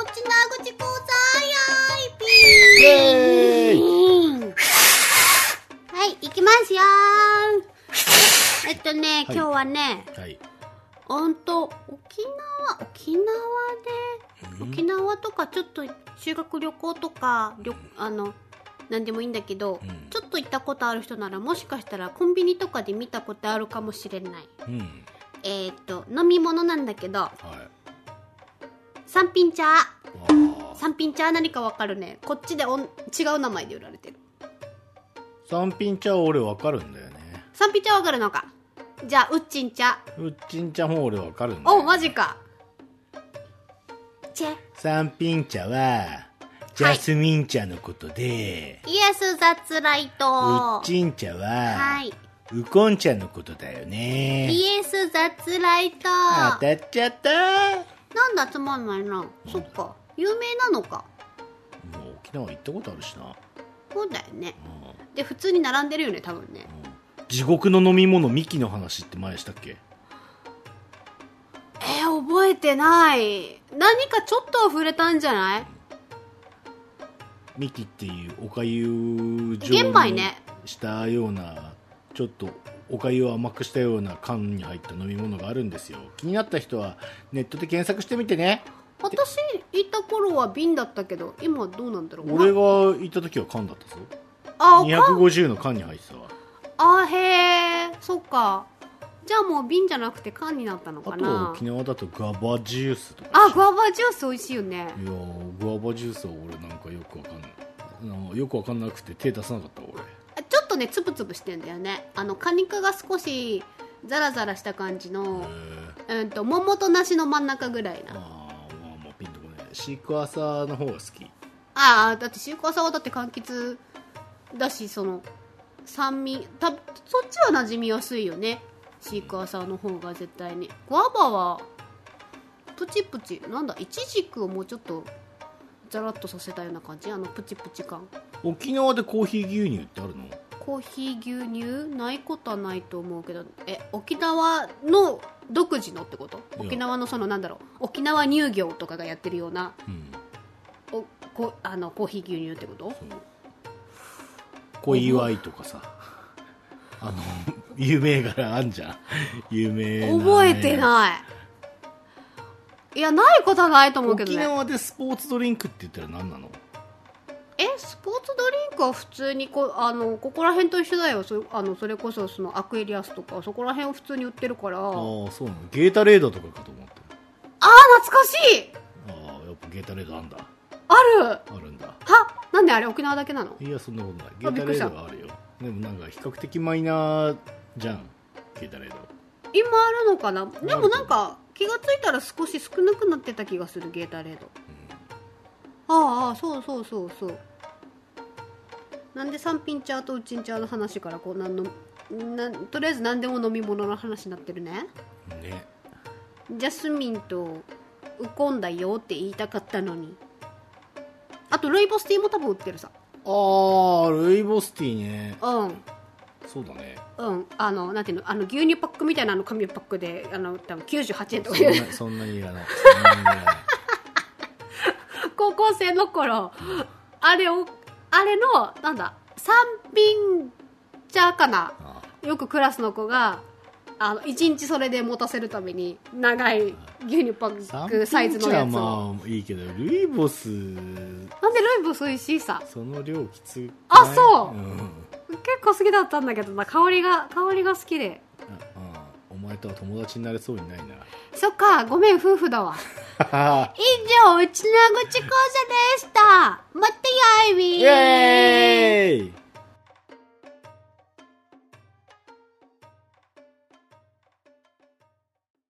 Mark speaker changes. Speaker 1: ちください
Speaker 2: イエーイ
Speaker 1: ぴーはい、行きますよーえっとね、今日はね、
Speaker 2: はい。
Speaker 1: うんと、沖縄、沖縄で、沖縄とかちょっと修学旅行とか、旅あの、なんでもいいんだけど、
Speaker 2: うん
Speaker 1: ちょっと行ったことある人ならもしかしたらコンビニとかで見たことあるかもしれない。
Speaker 2: うん。
Speaker 1: えー、っと、飲み物なんだけど、
Speaker 2: はい。
Speaker 1: 三品茶。
Speaker 2: あー
Speaker 1: 三品茶何かわかるね。こっちでおん違う名前で売られてる。
Speaker 2: 三品茶は俺わかるんだよね。
Speaker 1: 三品茶わかるのかじゃあ、うっちん茶。
Speaker 2: うっちん茶も俺わかるんだよ
Speaker 1: お、マジか。チェ。
Speaker 2: 三品茶は、ジャスミン茶のことで、
Speaker 1: イエス・ザ・ツ・ライト。
Speaker 2: うっちん茶は、
Speaker 1: はい。
Speaker 2: ウコン茶のことだよね。
Speaker 1: イエス・ザ・ツ・ライト。
Speaker 2: 当たっちゃった
Speaker 1: なんだ、つまんないな。そっか。有名なのか。
Speaker 2: もう沖縄行ったことあるしな。
Speaker 1: そうだよね。
Speaker 2: うん
Speaker 1: で、普通に並んでるよね、多分ね。
Speaker 2: 地獄の飲み物ミキの話って前したっけ
Speaker 1: えー、覚えてない。何かちょっとは触れたんじゃない
Speaker 2: ミキっていうおかゆ状
Speaker 1: 玄米ね
Speaker 2: したようなちょっとおかゆを甘くしたような缶に入った飲み物があるんですよ気になった人はネットで検索してみてね
Speaker 1: 私いた頃は瓶だったけど今どうなんだろう
Speaker 2: 俺
Speaker 1: が
Speaker 2: が行った時は缶だったぞ
Speaker 1: あか
Speaker 2: 250の缶に入ってたわ
Speaker 1: あへえそっかじゃあもう瓶じゃなくて缶になったのか
Speaker 2: あとは
Speaker 1: な
Speaker 2: 沖縄だとガバジュースとか
Speaker 1: あグアバジュース美味しいよね
Speaker 2: いやーグアバジュースは俺なんかよくわかんないなんかよくわかんなくて手出さなかったわ俺
Speaker 1: あちょっとねつぶつぶしてんだよねあの果肉が少しザラザラした感じの
Speaker 2: え、ー
Speaker 1: うん、と桃と梨の真ん中ぐらいな
Speaker 2: あーまあまあピンとこないシークワーサーの方が好き
Speaker 1: ああだってシークワーサーはだって柑橘だしその酸味たそっちは馴染みやすいよねシークワーサーの方が絶対にグアバはプチプチなんだイチジクをもうちょっとザラッとさせたような感じあのプチプチ感
Speaker 2: 沖縄でコーヒー牛乳ってあるの
Speaker 1: コーヒー牛乳ないことはないと思うけどえ沖縄の独自のってこと
Speaker 2: いや
Speaker 1: 沖縄のそのなんだろう沖縄乳業とかがやってるような
Speaker 2: うん
Speaker 1: おこあのコーヒー牛乳ってこと
Speaker 2: そう小祝いとかさあの有名柄あんじゃん有名なね
Speaker 1: 覚えてないいやないことはないと思うけど
Speaker 2: 沖
Speaker 1: ね
Speaker 2: 縄でスポーツドリンクって言ったら何なの
Speaker 1: えスポーツドリンクは普通にこあのここら辺と一緒だよそあのそれこそそのアクエリアスとかそこら辺を普通に売ってるからあ
Speaker 2: ああ
Speaker 1: ー
Speaker 2: ーそうなのゲータレードとかかと思って
Speaker 1: 懐かしい
Speaker 2: ああやっぱゲータレードあんだ
Speaker 1: ある
Speaker 2: あるんだ
Speaker 1: はなんであれ沖縄だけなの
Speaker 2: いやそんなことないゲ
Speaker 1: あ
Speaker 2: ー
Speaker 1: びっ
Speaker 2: タ
Speaker 1: く
Speaker 2: レ
Speaker 1: りした
Speaker 2: ードはあるよでもなんか比較的マイナーじゃんゲータレード
Speaker 1: 今あるのかなでもなんか気がついたら少し少なくなってた気がするゲータレード、ああああそうそうそうそうなんで三品茶とうちん茶の話からこうなんのなんとりあえず何でも飲み物の話になってるね
Speaker 2: ね
Speaker 1: ジャスミンとウコンだよって言いたかったのにあとルイボスティーも多分売ってるさ
Speaker 2: ああルイボスティーね
Speaker 1: うん
Speaker 2: そうだ ね
Speaker 1: うんあのなんていうのあの牛乳パックみたいなあの紙パックであの多分98円とか
Speaker 2: そんなそんなにいらないそんなにいらない
Speaker 1: 高校生の頃あれをあれのなんだ三品茶かな
Speaker 2: あ
Speaker 1: よくクラスの子があの一日それで持たせるために長い牛乳パッ
Speaker 2: 三
Speaker 1: クサイズ
Speaker 2: 品
Speaker 1: の
Speaker 2: 茶は
Speaker 1: やつを
Speaker 2: まあいいけどルイボス
Speaker 1: なんでルイボス美味しいさ
Speaker 2: その量きつくない
Speaker 1: あそう
Speaker 2: うんあ
Speaker 1: 結構好きだったんだけどな香りが香りが好きで
Speaker 2: あお前とは友達になれそうにないな
Speaker 1: そっかごめん夫婦だわ 以上うちの口講座でしたまたやいびー
Speaker 2: イエーイ